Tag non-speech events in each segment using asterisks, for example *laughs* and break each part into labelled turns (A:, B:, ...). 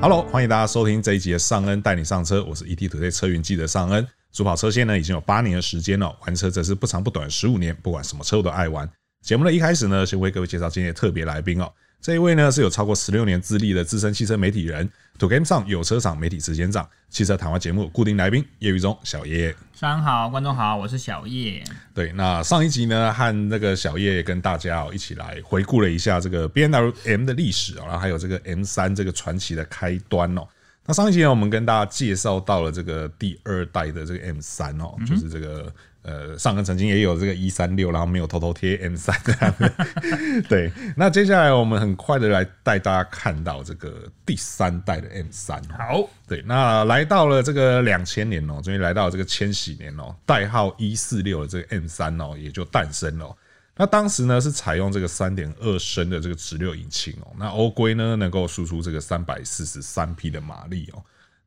A: Hello，欢迎大家收听这一集的尚恩带你上车，我是 ETtoday 车云记者尚恩。主跑车线呢已经有八年的时间了，玩车则是不长不短十五年，不管什么车我都爱玩。节目的一开始呢，先为各位介绍今天的特别来宾哦。这一位呢是有超过十六年资历的资深汽车媒体人，To Game 上有车厂媒体时间长，汽车谈话节目固定来宾叶玉忠小叶。
B: 上好，观众好，我是小叶。
A: 对，那上一集呢，和那个小叶跟大家哦一起来回顾了一下这个 B N W M 的历史哦，然后还有这个 M 三这个传奇的开端哦。那上一集呢，我们跟大家介绍到了这个第二代的这个 M 三哦，就是这个呃，上个曾经也有这个一三六，然后没有偷偷贴 M 三这样的。 *laughs* 对，那接下来我们很快的来带大家看到这个第三代的 M 三、哦。
B: 好，
A: 对，那来到了这个两千年哦，终于来到了这个千禧年哦，代号一四六的这个 M 三哦，也就诞生了哦、那当时呢是采用这个三点二升的这个直六引擎哦，那欧规呢能够输出这个三百四十三匹的马力哦。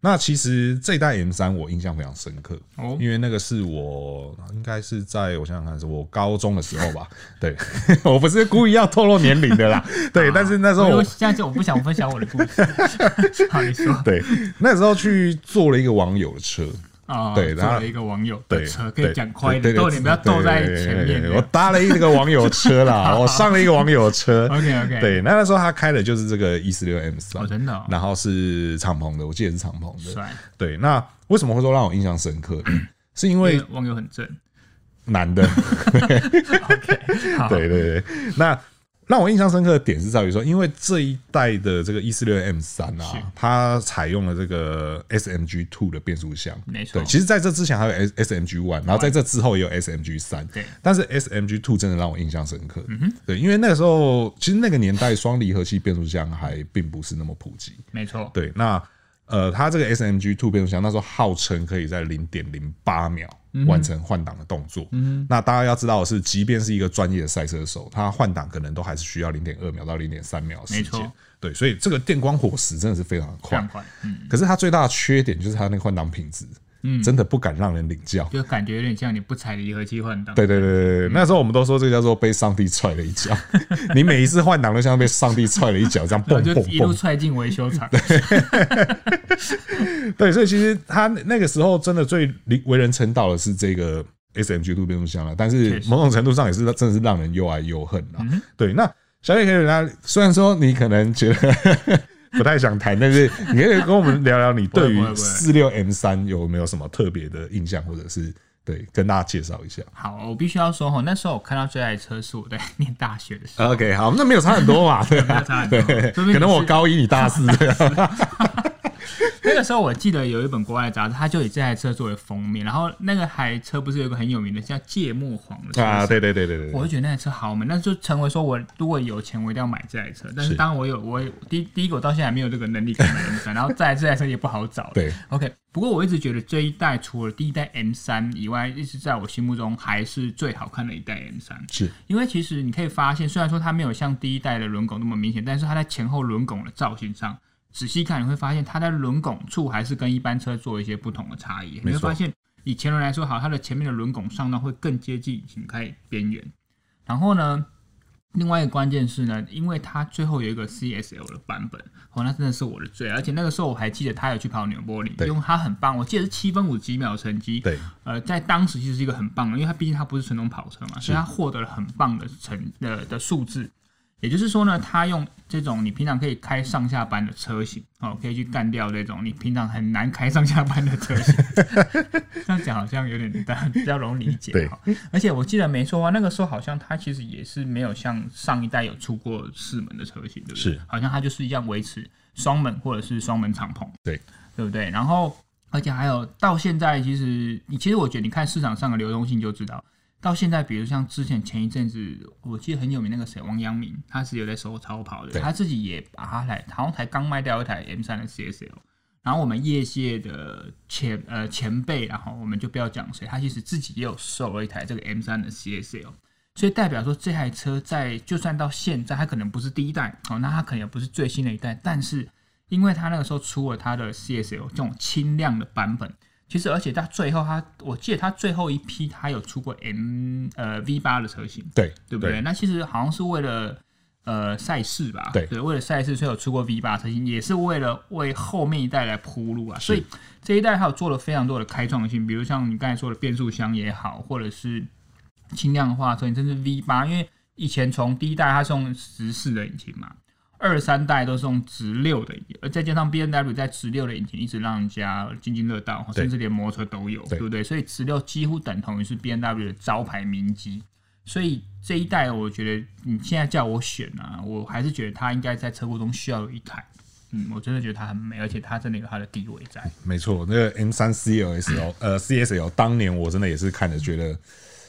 A: 那其实这一代 M 三我印象非常深刻，
B: 哦
A: 因为那个是我应该是在我想想看，是我高中的时候吧。 *laughs* 对，我不是故意要透露年龄的啦。
B: *laughs*
A: 对，但是那时候
B: 啊我
A: 我
B: 现在就我不想分享我的故事。
A: *laughs*
B: 好，你说
A: 对那时候去坐了一个网友的车，
B: 啊，
A: 对然
B: 作
A: 后
B: 为一个网友的
A: 对，
B: 车，可
A: 对
B: 以讲快一
A: 对
B: 点，
A: 对
B: 逗你不要
A: 对
B: 逗在
A: 对
B: 前面
A: 对
B: 这
A: 我
B: 样。
A: 搭了一个网友车
B: *laughs*
A: 啦，我上了一个网友车。
B: OK，OK
A: 对，那那时候他开的就是这个一四六 M 三
B: 哦，，真的哦，啊
A: 然后是敞篷的，我记得是敞篷的。
B: 帅，
A: 对，那为什么会说让我印象深刻？
B: *clears throat*
A: 是因
B: 因
A: 为
B: 为网友很正。
A: 男
B: *laughs*
A: 的，
B: 好，
A: 对对对。那让我印象深刻的点是在于说，因为这一代的这个一四六 M 三
B: 是
A: 啊，它采用了这个 SMG Two 的变速箱，
B: 没错
A: 对，其实在这之前还有 S SMG One，然后在这之后也有 SMG 三，
B: 对嗯
A: 但是 SMG Two 真的让我印象深刻，对，因为那个时候其实那个年代双离合器变速箱还并不是那么普及，
B: 没错，
A: 对，那呃，它这个 SMG Two 变速箱那时候号称可以在零点零八秒
B: 嗯
A: 完成换挡的动作。嗯，那大家要知道的是，即便是一个专业的赛车手，他换挡可能都还是需要零点二秒到零点三秒的时
B: 没
A: 间
B: 错。
A: 对，所以这个电光火石真的是非常的
B: 非
A: 快。
B: 常快，嗯，
A: 可是它最大的缺点就是它那个换挡品质，嗯，真的不敢让人领教。
B: 就感觉有点像你不踩离合器换挡。
A: 对对对对对，那时候我们都说这个叫做被上帝踹了一脚， *laughs* 你每一次换挡都像被上帝踹了一脚，这样
B: 然
A: 蹦
B: 后
A: 蹦
B: 哦啊就
A: 蹦。
B: 一路踹进维修厂，
A: 对，所以其实他那个时候真的最为为人称道的是这个 SMG 度变速箱了，但是
B: 确实嗯
A: 某种程度上也是真的是让人又爱又恨啊。对，那小野可以跟大家，虽然说你可能觉得 *laughs* 不太想谈，但是你可以跟我们聊聊你
B: 会
A: 对
B: 不
A: 于
B: 会不会
A: 四六 M 三有没有什么特别的印象，或者是对跟大家介绍一下。
B: 好，我必须要说哈，那时候我看到这台车是我在念大学的时
A: OK，好，那没有差很多嘛，对
B: *laughs* 候，没有
A: 吧？
B: 差很多
A: 对，
B: 说不定
A: 可能我
B: 是
A: 高一你大
B: *laughs*
A: 四这样。
B: 那个时候我记得有一本国外的杂志，它就以这台车作为封面，然后那个台车不是有一个很有名的叫芥末黄的车
A: 啊，
B: 子
A: 对对对对对
B: 我
A: 对，
B: 就觉得那台车好美，那就成为说我如果有钱我一定要买这台车。但是
A: 是
B: 当我有我第第一个我到现在还没有这个能力可以买 M 三，然后再来这台车也不好找。
A: *laughs* 对
B: ，OK。不过我一直觉得这一代除了第一代 M 三以外，一直在我心目中还是最好看的一代 M 三。
A: 是
B: 因为其实你可以发现，虽然说它没有像第一代的轮拱那么明显，但是它在前后轮拱的造型上，仔细看你会发现它在轮拱处还是跟一般车做一些不同的差异。
A: 没
B: 你
A: 错
B: 会发现，以前轮来说好，它的前面的轮拱上呢会更接近引擎盖边缘。然后呢，另外一个关键是呢，因为它最后有一个 CSL 的版本，哦，那真的是我的最爱。而且那个时候我还记得他有去跑纽波林，
A: 对
B: 用他很棒，我记得是七分五几秒的成绩。
A: 对，
B: 呃，在当时其实是一个很棒的，因为它毕竟它不是传统跑车嘛，所以它获得了很棒的成呃的的数字。也就是说呢，它用这种你平常可以开上下班的车型，哦，可以去干掉这种你平常很难开上下班的车型。 *laughs* 这样讲好像有点大家比较容易理解。
A: 对
B: 哈。而且我记得没错啊，那个时候好像它其实也是没有像上一代有出过四门的车型，对不对？
A: 是，
B: 好像它就是一样维持双门或者是双门敞篷。
A: 对，
B: 对不对？然后而且还有到现在，其实你其实我觉得你看市场上的流动性就知道，到现在比如像之前前一阵子，我记得很有名那个谁王阳明，他是有在收超跑
A: 对
B: 的，他自己也把他来好像才刚卖掉一台 M 三的 CSL。然后我们业界的前呃前辈，然后我们就不要讲谁，他其实自己也有售了一台这个 M 三的 CSL，所以代表说这台车在就算到现在，它可能不是第一代哦，那它可能也不是最新的一代，但是因为它那个时候出了它的 CSL 这种轻量的版本，其实而且它最后它，我记得它最后一批它有出过 M 呃 V 八的车型，
A: 对
B: 对不对？那其实好像是为了呃赛事吧，
A: 对
B: 为了赛事，所以有出过 V 八车型，也是为了为后面一代来铺路啊。所以这一代还有做了非常多的开创性，比如像你刚才说的变速箱也好，或者是轻量化车型，甚至 V 八，因为以前从第一代它是用直四的引擎嘛，二三代都是用直六的引擎，而再加上 B N W 在直六的引擎一直让人家津津乐道，
A: 对
B: 甚至连摩托车都有，
A: 对
B: 对不对？所以直六几乎等同于是 B N W 的招牌名机。所以这一代，我觉得你现在叫我选啊，我还是觉得它应该在车库中需要有一台。嗯，我真的觉得它很美，而且它真的有它的地位在。
A: 没错，那个 M 三 CLSL 呃 CSL，当年我真的也是看着觉得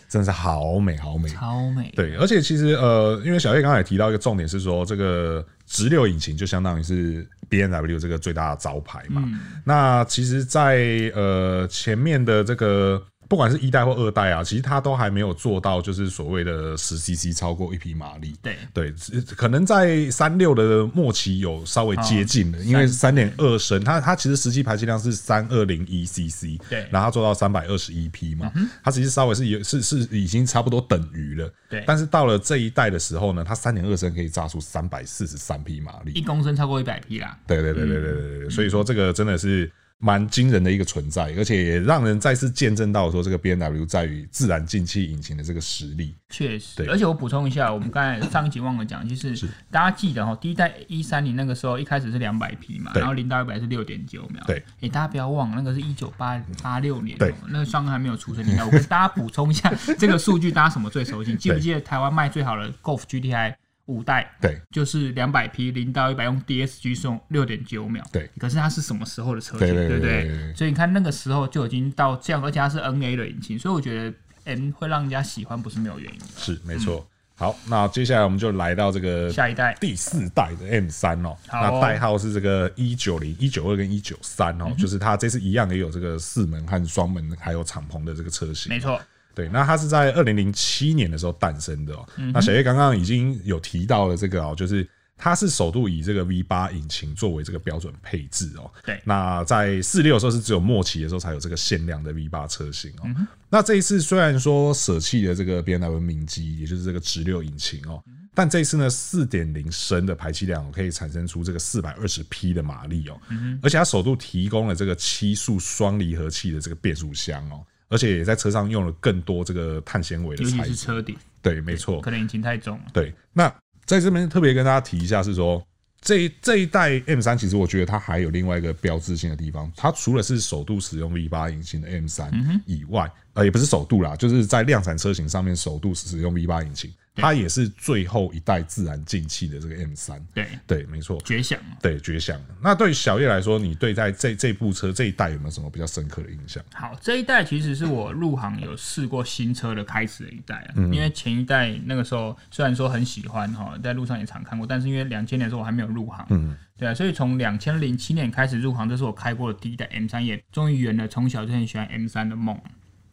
A: 真的是好美好美，
B: 超美。
A: 对，而且其实呃，因为小叶刚才也提到一个重点是说，这个直六引擎就相当于是 B N W 这个最大的招牌嘛。那其实在，呃前面的这个不管是一代或二代啊，其实它都还没有做到就是所谓的十 CC 超过一匹马力。
B: 对
A: 对，只可能在三六的末期有稍
B: 啊
A: 微接近了，因为三点二升，它它其实实际排气量是三二零一 CC，
B: 对嗯
A: 然后它做到三百二十一匹嘛，它其实稍微是有是是已经差不多等于了，
B: 对
A: 但是到了这一代的时候呢，它三点二升可以炸出三百四十三匹马
B: 一
A: 力，
B: 公升超过一百匹啦。
A: 对对对对对对对对，所以说这个真的是。蛮惊人的一个存在，而且也让人再次见证到说这个 B N W 在于自然进气引擎的这个实力。
B: 确实
A: 对，
B: 而且我补充一下，我们刚才上一集忘了讲，就是大家记得哈，哦第一代一三零那个时候一开始是两百匹嘛，
A: 对
B: 然后零到一百是六点九秒。
A: 对
B: 哎、大家不要忘了，那个是一九八八六年哦，
A: 对
B: 那个双还没有出生年代。我跟大家补充一下这个数据，大家什么最
A: *laughs*
B: 熟悉？记不记得台湾卖最好的 Golf GTI 五代？
A: 对，
B: 就是两百匹零到一百用 DSG 是用六点九秒，
A: 对。
B: 可是它是什么时候的车型，
A: 对对对
B: 不
A: 对对
B: 所以你看那个时候就已经到这样，而且它是 NA 的引擎，所以我觉得 M 会让人家喜欢不是没有原因。
A: 是没错。好，那接下来我们就来到这个
B: 嗯下一代
A: 第四代的 M 三哦，
B: 好哦嗯
A: 那代号是这个一九零、一九二跟一九三哦，就是它这次一样也有这个四门和双门还有敞篷的这个车型
B: 没。错，
A: 对，那它是在二零零七年的时候诞生的哦。
B: 嗯
A: 那小叶刚刚已经有提到了这个哦，就是它是首度以这个 V 八引擎作为这个标准配置哦。
B: 对
A: 那在四六的时候是只有末期的时候才有这个限量的 V 八车型哦。
B: 嗯
A: 那这一次虽然说舍弃了这个 B N W 名机，也就是这个直六引擎哦。
B: 嗯
A: 但这一次呢，四点零升的排气量哦可以产生出这个四百二十匹的马力哦，
B: 嗯
A: 而且它首度提供了这个七速双离合器的这个变速箱哦，而且也在车上用了更多这个碳纤维的
B: 尤其
A: 材
B: 是
A: 质。
B: 车顶，
A: 对，没错
B: 可。能引擎太重了。
A: 对，那在这边特别跟大家提一下，是说这一这一代 M 三，其实我觉得它还有另外一个标志性的地方，它除了是首度使用 V 八引擎的 M 三以外，呃，也不是首度啦，就是在量产车型上面首度使用 V 八引擎，它也是最后一代自然进气的这个 M 三。
B: 对，
A: 对，没错，
B: 绝响了。
A: 对，绝响。那对小叶来说，你对在这这部车这一代有没有什么比较深刻的印象？
B: 好，这一代其实是我入行有试过新车的开始的一代啊，因为前一代那个时候虽然说很喜欢哈，在路上也常看过，但是因为两千年的时候我还没有入行，嗯，对啊，所以从两千零七年开始入行，这是我开过的第一代 M 三，也终于圆了从小就很喜欢 M 三的梦。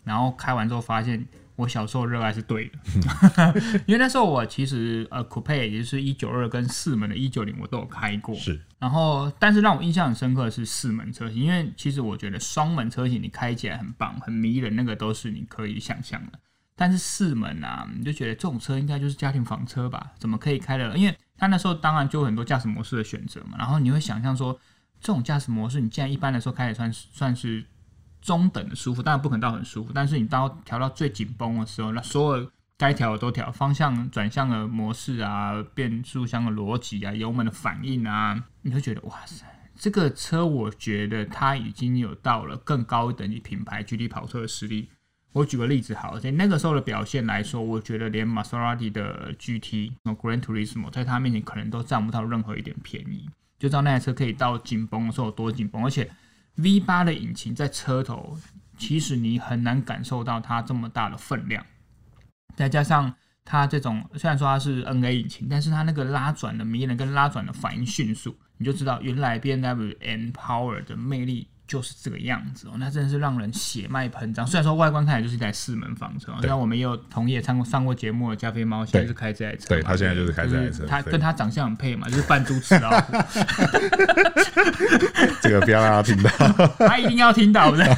B: 然后开完之后发现，我小时候热爱是对的，因为那时候我其实呃，coupe 也就是一九二跟四门的一九零我都有开过，
A: 是。
B: 然后，但是让我印象很深刻的是四门车型，因为其实我觉得双门车型你开起来很棒、很迷人，那个都是你可以想象的。但是四门啊，你就觉得这种车应该就是家庭房车吧？怎么可以开的？因为他那时候当然就有很多驾驶模式的选择嘛，然后你会想象说，这种驾驶模式你既然一般的时候开也算是算是中等的舒服，当然不可能到很舒服，但是你到调到最紧绷的时候，那所有该调的都调，方向转向的模式啊，变速箱的逻辑啊，油门的反应啊，你会觉得哇塞，这个车我觉得它已经有到了更高等级品牌 GT 跑车的实力。我举个例子好了，在那个时候的表现来说，我觉得连玛莎拉蒂的 GT、Gran Turismo 在它面前可能都占不到任何一点便宜，就知道那台车可以到紧绷的时候有多紧绷，而且 V 八的引擎在车头，其实你很难感受到它这么大的分量。再加上它这种虽然说它是 NA 引擎，但是它那个拉转的迷人跟拉转的反应迅速，你就知道原来 B N W M Power 的魅力就是这个样子哦，那真的是让人血脉喷张。虽然说外观看起来就是一台四门房车哦，
A: 对
B: 像我们也有同业上过上过节目的加菲猫，现在就是开这台车嘛，
A: 对他现在就是开这台车
B: 就是他
A: 对
B: *laughs* 跟他长相很配嘛，就是扮猪吃啊老虎，
A: 这个不要让他听到。
B: *laughs* 他一定要听到的。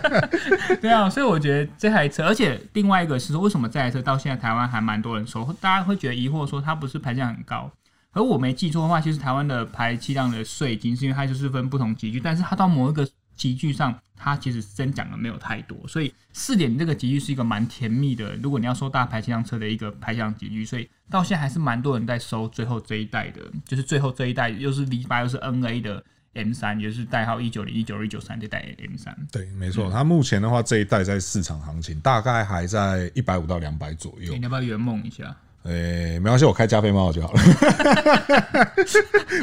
B: *laughs* 对啊，所以我觉得这台车，而且另外一个是说，为什么这台车到现在台湾还蛮多人收，大家会觉得疑惑说它不是排量很高。而我没记错的话，其实台湾的排气量的税金是因为它就是分不同级距，但是它到某一个级距上，它其实增长的没有太多，所以四点零这个级距是一个蛮甜蜜的。如果你要收大排气量车的一个排气量级距，所以到现在还是蛮多人在收最后这一代的，就是最后这一代又是 V 八又是 NA 的 M 三，也就是代号一九零一九一九三这代 M 三。
A: 对，没错，
B: 嗯
A: 它目前的话这一代在市场行情大概还在一百五到两百左右
B: 你。要不要圆梦一
A: 啊
B: 下？
A: 诶、没关系，我开加菲猫就好了。 *laughs*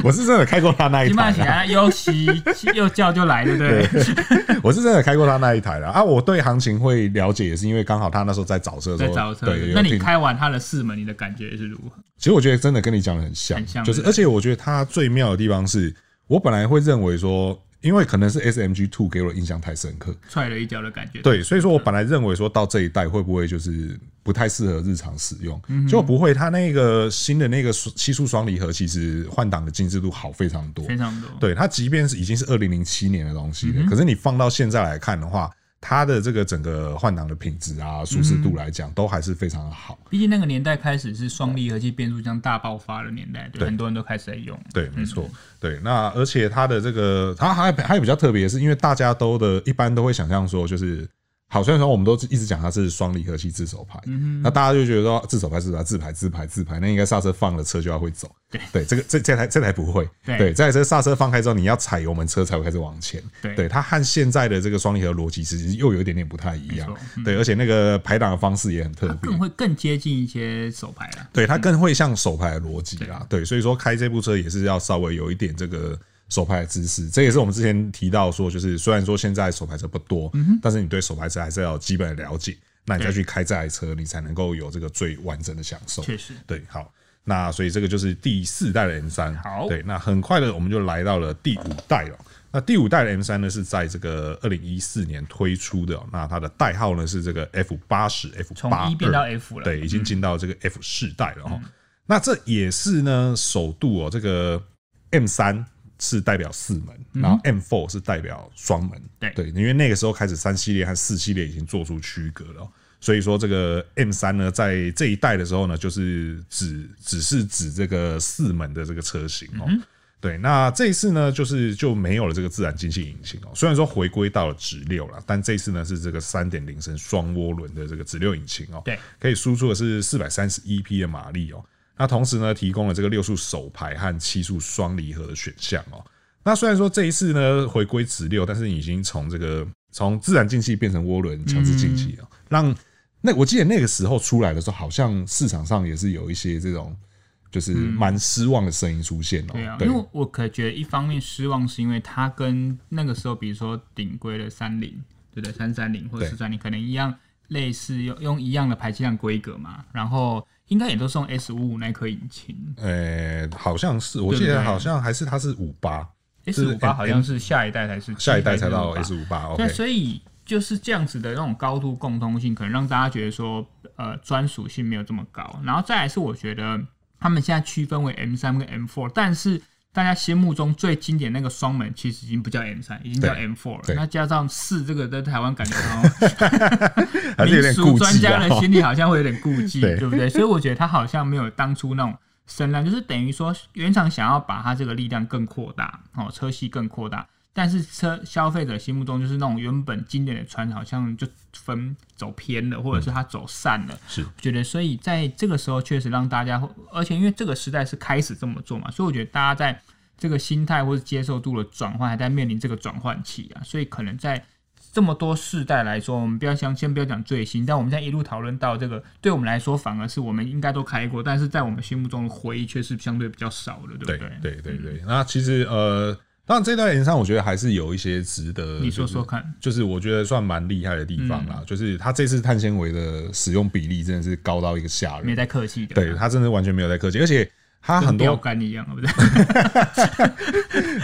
A: 我是真的开过他那一
B: 今
A: 台
B: 晚起
A: 啦，
B: 来休息，又叫就来，对不对？
A: 我是真的开过他那一台了啊！我对行情会了解，也是因为刚好他那时候在找车的时
B: 在
A: 候，
B: 找车子
A: 对，。有
B: 那你
A: 听
B: 开完它的四门，你的感觉是如何？
A: 其实我觉得真的跟你讲的很像，
B: 很像
A: 就是
B: 对
A: 而且我觉得它最妙的地方是我本来会认为说，因为可能是 SMG Two 给我的印象太深刻，
B: 踹了一脚的感觉。，
A: 对，所以说我本来认为说到这一代会不会就是不太适合日常使用，结果不会，它那个新的那个七速双离合其实换挡的精致度好非常嗯多，
B: 非常多。
A: 对它即便是已经是二零零七年的东西了，可是你放到现在来看的话。它的这个整个换挡的品质啊、舒适度来讲，都还是非常的好。
B: 毕竟那个年代开始是双离合器变速箱大爆发的年代，对，很多人都开始在用。
A: 对，没错，
B: 嗯
A: 对。那而且它的这个，它还还有比较特别，是因为大家都的一般都会想象说，就是好，虽然说我们都一直讲它是双离合器自手排，
B: 嗯
A: 那大家就觉得说自手排自手排自排自排自排，那应该刹车放了车就要会走。
B: 对
A: 这个这这台这台不会，
B: 对
A: 这台车刹车放开之后，你要踩油门，车才会开始往前。
B: 对
A: 它和现在的这个双离合逻辑其实又有一点点不太一样
B: 没错。嗯
A: 对，而且那个排档的方式也很特
B: 它
A: 别
B: *laughs* 更。会更接近一些手牌啊了。
A: 对，它更会像手牌的逻辑啦。对，所以说开这部车也是要稍微有一点这个手牌的知识。这也是我们之前提到说，就是虽然说现在手牌车不多，
B: 嗯
A: 但是你对手牌车还是要有基本的了解，那你再去开这台车，你才能够有这个最完整的享受。
B: 确实，
A: 对，好。那所以这个就是第四代的 M 三，
B: 好
A: 对，那很快的我们就来到了第五代了。那第五代的 M 三呢是在这个二零一四年推出的哦，那它的代号呢是这个 F 八十 F
B: 从
A: 八
B: 一变到 F 了。嗯
A: 对，已经进到这个 F 世代了哦。那这也是呢，首度哦，这个 M 三是代表四门，然后 M four 是代表双门。
B: 嗯对
A: 因为那个时候开始，三系列和四系列已经做出区隔了哦、所以说这个 M 三呢，在这一代的时候呢，就是只只是指这个四门的这个车型
B: 嗯
A: 哦。对，那这一次呢，就是就没有了这个自然进气引擎哦。虽然说回归到了直六了，但这一次呢是这个三点零升双涡轮的这个直六引擎哦。
B: 对，
A: 可以输出的是四百三十一匹的马力哦。那同时呢，提供了这个六速手排和七速双离合的选项哦。那虽然说这一次呢回归直六，但是你已经从这个从自然进气变成涡轮强制进气哦，
B: 嗯
A: 让那我记得那个时候出来的时候，好像市场上也是有一些这种就是蛮失望的声音出现哦。
B: 嗯对啊，因为我可觉得一方面失望是因为它跟那个时候，比如说顶规的三零，对不对？三三零或者
A: 对
B: 四三零，可能一样类似用用一样的排气量规格嘛，然后应该也都是用 S 五五那颗引擎
A: 呃、好像是，我
B: 对不
A: 记得
B: 对
A: 好像还是它是五八，
B: ，S 五八好像是下一代才是，
A: ，M，M 下一代才到
B: 还是
A: S 五八。
B: 对，
A: OK，
B: 所以就是这样子的那种高度共通性，可能让大家觉得说，呃，专属性没有这么高。然后再来是，我觉得他们现在区分为 M 三跟 M four，但是大家心目中最经典那个双门其实已经不叫 M 三，已经叫 M four 了
A: 对。
B: 那加上四这个，在台湾感觉好像
A: 还是有
B: 民
A: 点
B: 俗
A: 顾
B: 专
A: 忌
B: 家
A: 啊
B: 的。心里好像会有点顾
A: *laughs*
B: 忌，
A: 对
B: 对不对？所以我觉得他好像没有当初那种声量，就是等于说原厂想要把它这个力量更扩大，哦，车系更扩大。但是车消费者心目中就是那种原本经典的传统，好像就分走偏了，或者是它走散了。
A: 是
B: 觉得，所以在这个时候确实让大家会，而且因为这个时代是开始这么做嘛，所以我觉得大家在这个心态或是接受度的转换，还在面临这个转换期啊，所以可能在。这么多世代来说，我们不要想，先不要讲最新，但我们现在一路讨论到这个，对我们来说反而是我们应该都开过，但是在我们心目中的回忆却是相对比较少的，对不
A: 对
B: 对？嗯
A: 对对对。那其实呃，当然这段演上我觉得还是有一些值得。
B: 你说说嗯看，
A: 就是我觉得算蛮厉害的地方啦，就是它这次碳纤维的使用比例真的是高到一个吓人
B: 没。在客气的，啊
A: 对，它真的完全没有在客气，而且它很
B: 跟标
A: 多，
B: 杆一样，啊对不
A: *laughs*
B: 对？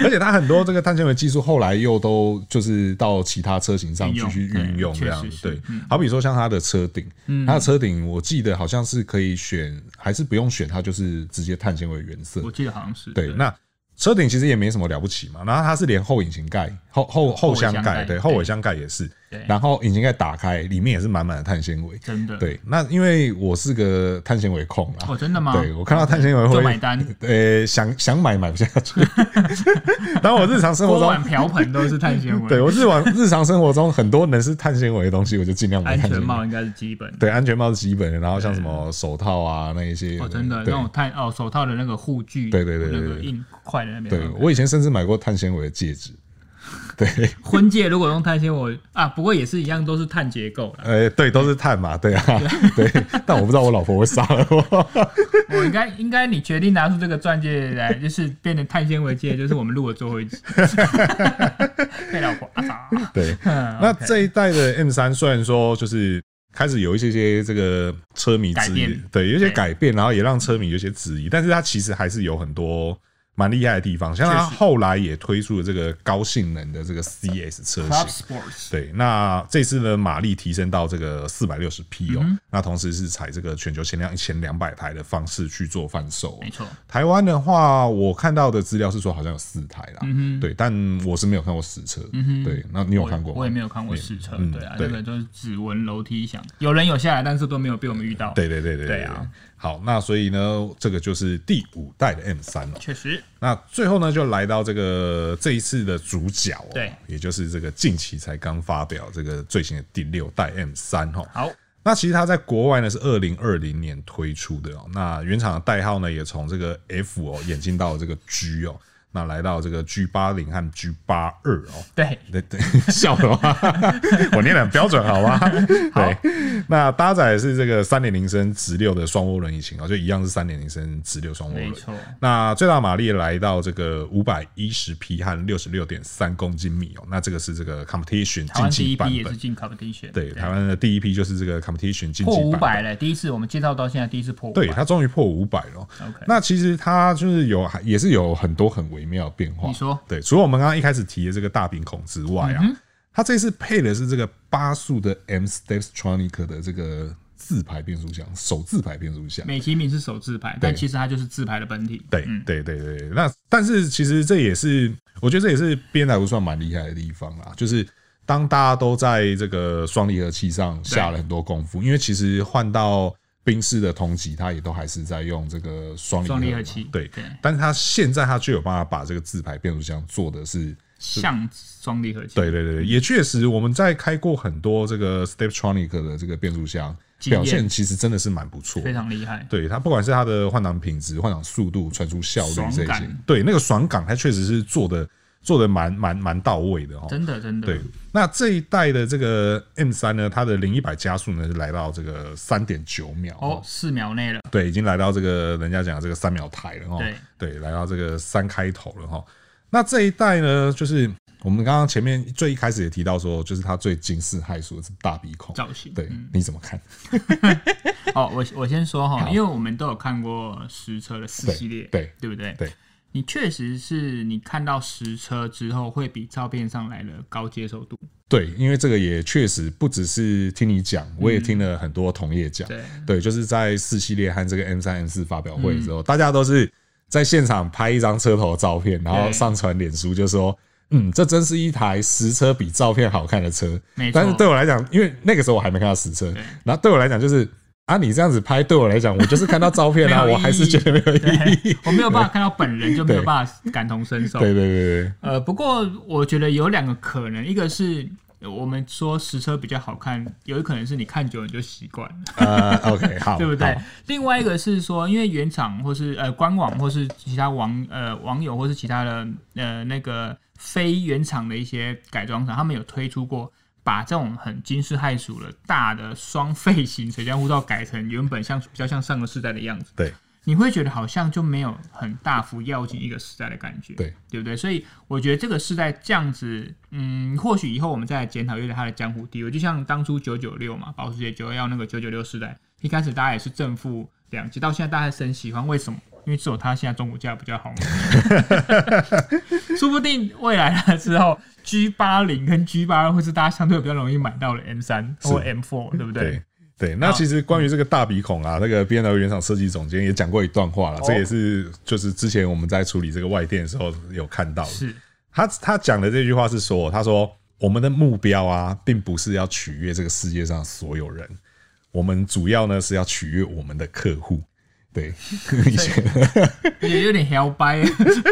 A: 而且它很多这个碳纤维技术后来又都就是到其他车型上
B: 运
A: 继
B: 用
A: 续
B: 对
A: 运用这样
B: 确实。是嗯
A: 对，好比说像它的车顶，它的车顶我记得好像是可以选，还是不用选，它就是直接碳纤维原色。
B: 我记得好像是
A: 对，那车顶其实也没什么了不起嘛，然后它是连后引擎盖、后后后箱
B: 后尾箱
A: 盖，
B: 盖
A: 对，
B: 对
A: 后尾箱盖也是
B: 对，
A: 然后引擎盖打开，里面也是满满的碳纤维。
B: 真的，
A: 对，那因为我是个碳纤维控啦，
B: 哦，真的吗？
A: 对我看到碳纤维
B: 就
A: 会 *laughs*
B: 买单，
A: 呃，想想买买不下去。 *laughs* 当然我日常生活
B: 锅碗
A: 中，
B: 瓢盆都是碳纤维，
A: 对我日往日常生活中很多能是碳纤维的东西，我就尽量买
B: 安
A: 碳纤
B: 全
A: 维。
B: 帽应该是基本。
A: 对，安全帽是基本的，然后像什么手套啊那一些，
B: 哦，真的，那
A: 对
B: 种碳哦手套的那个护具，
A: 对对对对
B: 那个
A: 对
B: 硬块的那边，啊
A: 对，我以前甚至买过碳纤维的戒指。对，
B: 婚戒如果用碳纤维啊，不过也是一样，都是碳结构
A: *laughs*
B: 啦。
A: 呃，对，都是碳嘛，对啊，对。但我不知道我老婆会杀了我。 *laughs*
B: 我哦应该应该你决定拿出这个钻戒来，就是变成碳纤维戒，就是我们录的最
A: *laughs*
B: 后一集。被老婆啊，
A: 对，
B: 嗯
A: 那
B: OK
A: 这一代的 M 三虽然说就是开始有一些些这个车迷质
B: 改
A: 疑
B: 变，
A: 对，有一些
B: 对
A: 改变，然后也让车迷有一些质疑，但是它其实还是有很多蛮厉害的地方，像它
B: 确实
A: 后来也推出了这个高性能的这个 CS 车
B: Club
A: 型。
B: Sports
A: 对，那这次呢，马力提升到这个四百六十匹哦，
B: 嗯
A: 那同时是采这个全球限量一千两百台的方式去做贩售哦、
B: 没错，
A: 台湾的话，我看到的资料是说好像有四台啦，
B: 嗯
A: 对，但我是没有看过实车，对，那你有
B: 我
A: 看过吗？
B: 我也没有看过试车，
A: 嗯
B: 对啊，
A: 对
B: 这个就是指纹楼梯响，有人有下来，但是都没有被我们遇到。，
A: 对对对对
B: 对啊！
A: 好，那所以呢，这个就是第五代的 M 三了。
B: 确实，
A: 那最后呢，就来到这个这一次的主角、哦，
B: 对
A: 也就是这个近期才刚发表这个最新的第六代 M 三哦。
B: 好，
A: 那其实它在国外呢是二零二零年推出的哦，那原厂的代号呢也从这个 F 哦演进到了这个 G 哦，那来到这个 G 八零和 G 八二哦。
B: 对，
A: 对对， *laughs* 笑的话，
B: *laughs*
A: 我念的很标准，好吗？对，那搭载的是这个三点零升直六的双涡轮引擎哦，就一样是三点零升直六双涡轮
B: 没。错，
A: 那最大马力来到这个五百一十匹和六十六点三公斤米哦，那这个是这个 competition
B: 台湾
A: 竞
B: 第
A: 技
B: 一
A: 版
B: 批也是
A: 本。
B: 进 competition，
A: 对，台湾的第一批就是这个 competition 竞
B: 破
A: 技
B: 五
A: 版
B: 百了，第一次我们介绍到现在第一次破五
A: 对
B: 百。
A: 它终于破五百了哦。
B: OK，
A: 那其实它就是有，还也是有很多很微妙的变化。
B: 你说嗯
A: 对，除了我们刚刚一开始提的这个大鼻孔之外啊，它这次配的是这个八速的 M Stepstronic 的这个自排变速箱，手自排变速箱。
B: 美其名是手自排，但其实它就是自排的本体。
A: 对对对对，对那但是其实这也是，我觉得这也是 B N W 算蛮厉害的地方啦，就是当大家都在这个双离合器上下了很多功夫，因为其实换到宾士的同级，它也都还是在用这个双离
B: 双离合
A: 嘛
B: 器
A: 对
B: 对，
A: 但是它现在它就有办法把这个自排变速箱做的是
B: 像双离合器，
A: 对对对，对也确实，我们在开过很多这个 Steptronic 的这个变速箱，
B: 经验
A: 表现其实真的是蛮不错的。
B: 非常厉害。
A: 对它，不管是它的换挡品质、换挡速度、传输效率这
B: 爽
A: 些
B: 感，
A: 对那个爽感，它确实是做的做的蛮蛮蛮到位的哦。
B: 真的真的，
A: 对，那这一代的这个 M 三呢，它的零一百加速呢是来到这个三点九秒
B: 哦，四秒内了，
A: 对，已经来到这个人家讲的这个三秒台了哈，哦
B: 对
A: 对，来到这个三开头了哈。那这一代呢，就是我们刚刚前面最一开始也提到说，就是它最惊世骇俗的是大鼻孔
B: 造型
A: 对，你怎么看？
B: 哦，我我先说哈，
A: 好
B: 因为我们都有看过实车的四
A: 对
B: 系列，
A: 对
B: 对不对？
A: 对，
B: 你确实是你看到实车之后，会比照片上来的高接受度。
A: 对，因为这个也确实不只是听你讲，我也听了很多同业讲，
B: 嗯对
A: 对，就是在四系列和这个 M 三 M 四发表
B: 嗯
A: 会之后，大家都是在现场拍一张车头的照片，然后
B: 对
A: 上传脸书，就说。嗯，这真是一台实车比照片好看的车
B: 没。错
A: 但是对我来讲，因为那个时候我还没看到实车
B: 对，
A: 然后对我来讲就是啊，你这样子拍，对我来讲，我就是看到照片啊，
B: *laughs* 没有意义
A: 我还是觉得没有意 *laughs* 义。
B: 我没有办法看到本人，就没有办法感同身受。
A: 对对对对，
B: 呃，不过我觉得有两个可能，一个是呃我们说实车比较好看，有一可能是你看久了你就习惯了，
A: 呃，OK，好，
B: *laughs* 对不对
A: 好？？
B: 另外一个是说，因为原厂或是呃官网或是其他网呃网友或是其他的呃那个非原厂的一些改装厂，他们有推出过。把这种很惊世骇俗的大的双肺型水箱护罩改成原本像比较像上个世代的样子，
A: 对，
B: 你会觉得好像就没有很大幅要进一个时代的感觉，
A: 对
B: 对不对？所以我觉得这个时代这样子，嗯，或许以后我们再来检讨一下它的江湖地位，就像当初九九六嘛，保时捷九幺那个九九六时代，一开始大家也是正负两极，到现在大家还是很喜欢，为什么？因为只有它现在中古价比较好买。说不定未来了之后，G 八零跟 G 八二会是大家相对比较容易买到的 M 三或 M four，对不嗯对？
A: 对对，那其实关于这个大鼻孔啊，那个 B N L 原厂设计总监也讲过一段话了，
B: 哦
A: 这也是就是之前我们在处理这个外电的时候有看到的。
B: 是
A: 他他讲的这句话是说，他说我们的目标啊，并不是要取悦这个世界上所有人，我们主要呢是要取悦我们的客户。对，以前
B: 也有点 hell *laughs* by。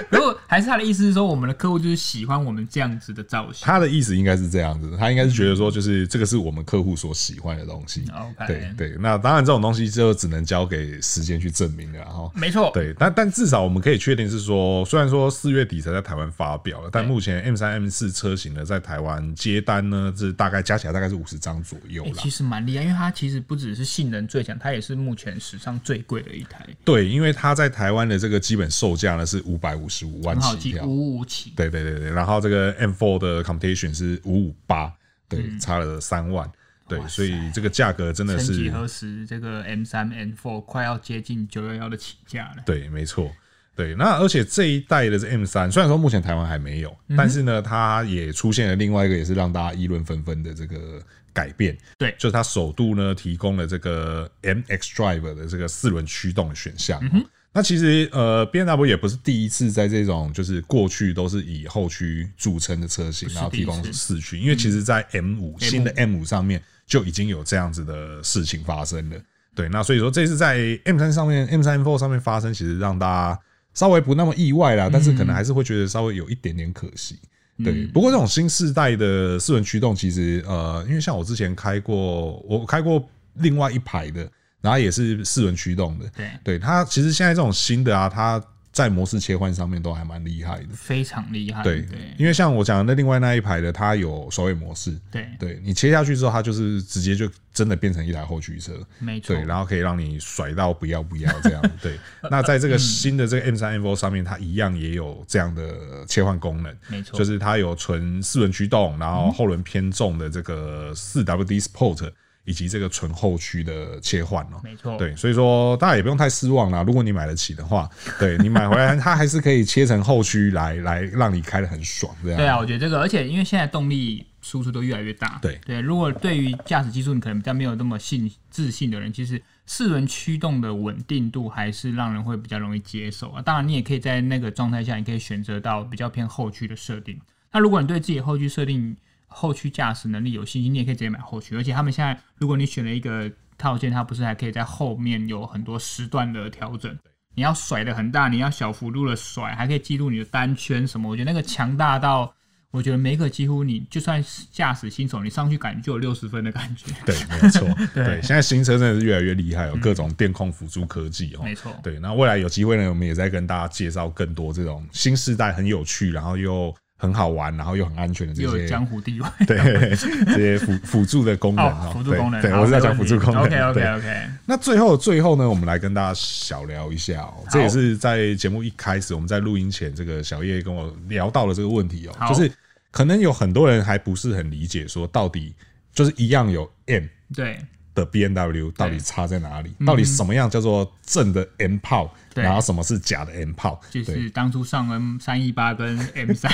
B: 如果还是他的意思是说，我们的客户就是喜欢我们这样子的造型。
A: 他的意思应该是这样子，他应该是觉得说，就是这个是我们客户所喜欢的东西。
B: OK，
A: 对对，那当然这种东西就只能交给时间去证明了，啊然后。
B: 没错，
A: 对，但但至少我们可以确定是说，虽然说四月底才在台湾发表了，但
B: 对
A: 目前 M 三 M 四车型呢，在台湾接单呢，是大概加起来大概是五十张左右
B: 欸
A: 啦。
B: 其实蛮厉害，因为它其实不只是性能最强，它也是目前史上最贵的一台，
A: 对，因为它在台湾的这个基本售价呢是五百五十五万
B: 很好
A: 起
B: 记，
A: 跳，
B: 五五起。
A: 对对对对，然后这个 M4 的 Computation 是五五八，对，差了三万，对
B: 嗯哇，塞
A: 所以这个价格真的
B: 曾几
A: 是
B: 何时，这个 M 三、M four 快要接近九幺幺的起价了。
A: 对，没错。对，那而且这一代的这 M 三，虽然说目前台湾还没有，
B: 嗯
A: 但是呢，它也出现了另外一个也是让大家议论纷纷的这个改变。
B: 对
A: 就是它首度呢提供了这个 MX Drive 的这个四轮驱动的选项。
B: 嗯
A: 哦那其实呃，B N W 也不是第一次在这种就是过去都是以后驱著称的车型，
B: 是
A: 然后
B: 第一
A: 提供
B: 次
A: 四驱，因为其实，在 M 五新的嗯 M 五上面就已经有这样子的事情发生了。对，那所以说这次在 M 三上面、M 三 M four 上面发生，其实让大家稍微不那么意外啦，但是可能还是会觉得稍微有一点点可惜。对，不过这种新世代的四轮驱动，其实呃，因为像我之前开过，我开过另外一排的，然后也是四轮驱动的。
B: 对，
A: 对它其实现在这种新的啊，它在模式切换上面都还蛮厉害的。
B: 非常厉害。
A: 对，
B: 对
A: 因为像我讲的那另外那一排的，它有首尾模式，
B: 对，
A: 对你切下去之后，它就是直接就真的变成一台后驱车。
B: 没错
A: 对，。然后可以让你甩到不要不要这样。
B: *laughs*
A: 对，那在
B: 嗯
A: 这个新的这个 M 三 M 4上面，它一样也有这样的切换功能，
B: 没错
A: 就是它有纯四轮驱动，然后后轮偏重的这个四 WD Sport，以及这个纯后驱的切换哦。
B: 没错，
A: 对，所以说大家也不用太失望啦。如果你买得起的话，对你买回来，它还是可以切成后驱来来让你开得很爽这样。
B: 对啊，我觉得这个，而且因为现在动力输出都越来越大，
A: 对
B: 对。如果对于驾驶技术你可能比较没有那么信自信的人，其实四轮驱动的稳定度还是让人会比较容易接受啊。当然，你也可以在那个状态下，你可以选择到比较偏后驱的设定。那如果你对自己后驱设定、后驱驾驶能力有信心，你也可以直接买后驱。而且他们现在，如果你选了一个套件，它不是还可以在后面有很多时段的调整。你要甩的很大，你要小幅度的甩，还可以记录你的单圈什么。我觉得那个强大到，我觉得梅克几乎你就算是驾驶新手，你上去感觉就有六十分的感觉。
A: 对，没
B: *laughs*
A: 错，对，现在新车真的是越来越厉害哦，各种电控辅助科技哦，
B: 没错
A: 对，那未来有机会呢，我们也在跟大家介绍更多这种新时代很有趣，然后又很好玩，然后又很安全的这
B: 又有
A: 些
B: 江湖地位。
A: *laughs* 对这些辅辅助的功能
B: 哦
A: 哦，，
B: 辅助功能，
A: 对，对我是在讲辅助功能。
B: OK
A: *laughs* 对
B: OK OK，
A: 那最后最后呢，我们来跟大家小聊一下哦、这也是在节目一开始我们在录音前，这个小叶跟我聊到了这个问题哦、
B: 好
A: 就是可能有很多人还不是很理解，说到底就是一样有 M
B: 对
A: 的 B N W 到底差在哪里？到底什么样叫做正的 M 炮，
B: 嗯对
A: 然后什么是假的 M 炮？
B: 就
A: 对，
B: 是当初上 M 三一八跟 M 三，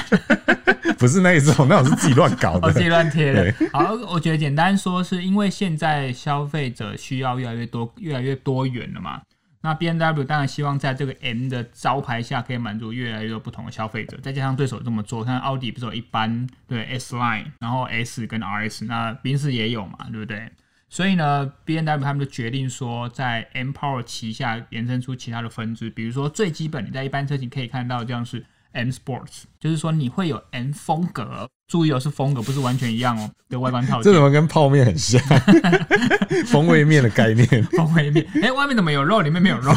A: 不是那一种，那种是自己乱搞
B: *laughs* 哦我自己
A: 的。
B: 乱贴的。好，我觉得简单说，是因为现在消费者需要越来越多、越来越多元了嘛。那 B N W 当然希望在这个 M 的招牌下，可以满足越来越多不同的消费者。再加上对手这么做，看奥迪不是有一般对 S Line，然后 S 跟 R S，那宾士也有嘛，对不对？所以呢，B N W 他们就决定说，在 M Power 旗下延伸出其他的分支，比如说最基本你在一般车型可以看到，这样是 M Sports，就是说你会有 M 风格，注意哦是风格，不是完全一样哦的外观套
A: 这
B: 件
A: 怎。么跟泡面很像？ *laughs* 风味面的概念。
B: *laughs* 风味面，哎、外面怎么有肉，里面没有肉？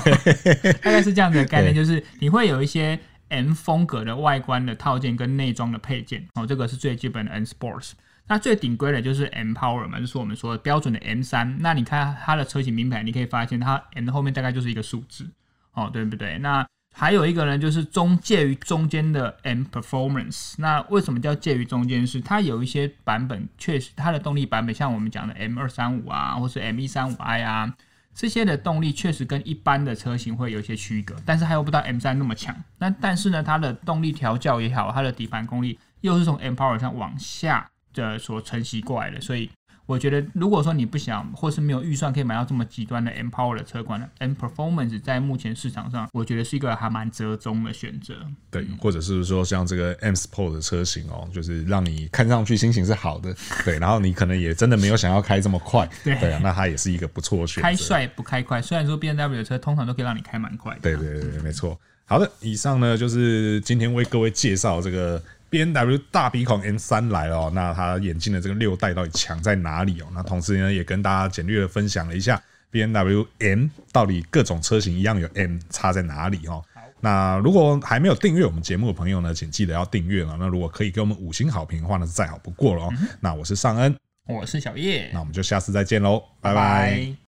B: 大概是这样子的概念，就是你会有一些 M 风格的外观的套件跟内装的配件，哦，这个是最基本的 M Sports。那最顶规的就是 M Power 嘛，就是我们说的标准的 M 三。那你看它的车型名牌，你可以发现它 M 后面大概就是一个数字，哦，对不对？那还有一个呢，就是中介于中间的 M Performance。那为什么叫介于中间？是它有一些版本确实它的动力版本，像我们讲的 M 二三五啊，或是 M 一三五 i 啊，这些的动力确实跟一般的车型会有一些区隔，但是它又不到 M 三那么强。那但是呢，它的动力调教也好，它的底盘功力又是从 M Power 上往下的所承袭过来的，所以我觉得，如果说你不想或是没有预算可以买到这么极端的 M Power 的车款呢，M Performance 在目前市场上，我觉得是一个还蛮折中的选择。
A: 对，或者是说像这个 M Sport 的车型哦，就是让你看上去心情是好的，对，然后你可能也真的没有想要开这么快，
B: 对
A: 啊，那它也是一个不错的选
B: 开
A: 择。
B: 帅不开快，虽然说 B N W 的车通常都可以让你开蛮快的。
A: 对对对对，没错。好的，以上呢就是今天为各位介绍这个 B N W 大鼻孔 M 三来了、哦，那它眼镜的这个六代到底强在哪里哦？那同时呢也跟大家简略的分享了一下 B N W M 到底各种车型一样有 M 差在哪里哦。那如果还没有订阅我们节目的朋友呢，请记得要订阅了。那如果可以给我们五星好评的话呢，是嗯再好不过了哦。那我是尚恩，
B: 我是小叶
A: 那，我们就下次再见喽，拜拜
B: 拜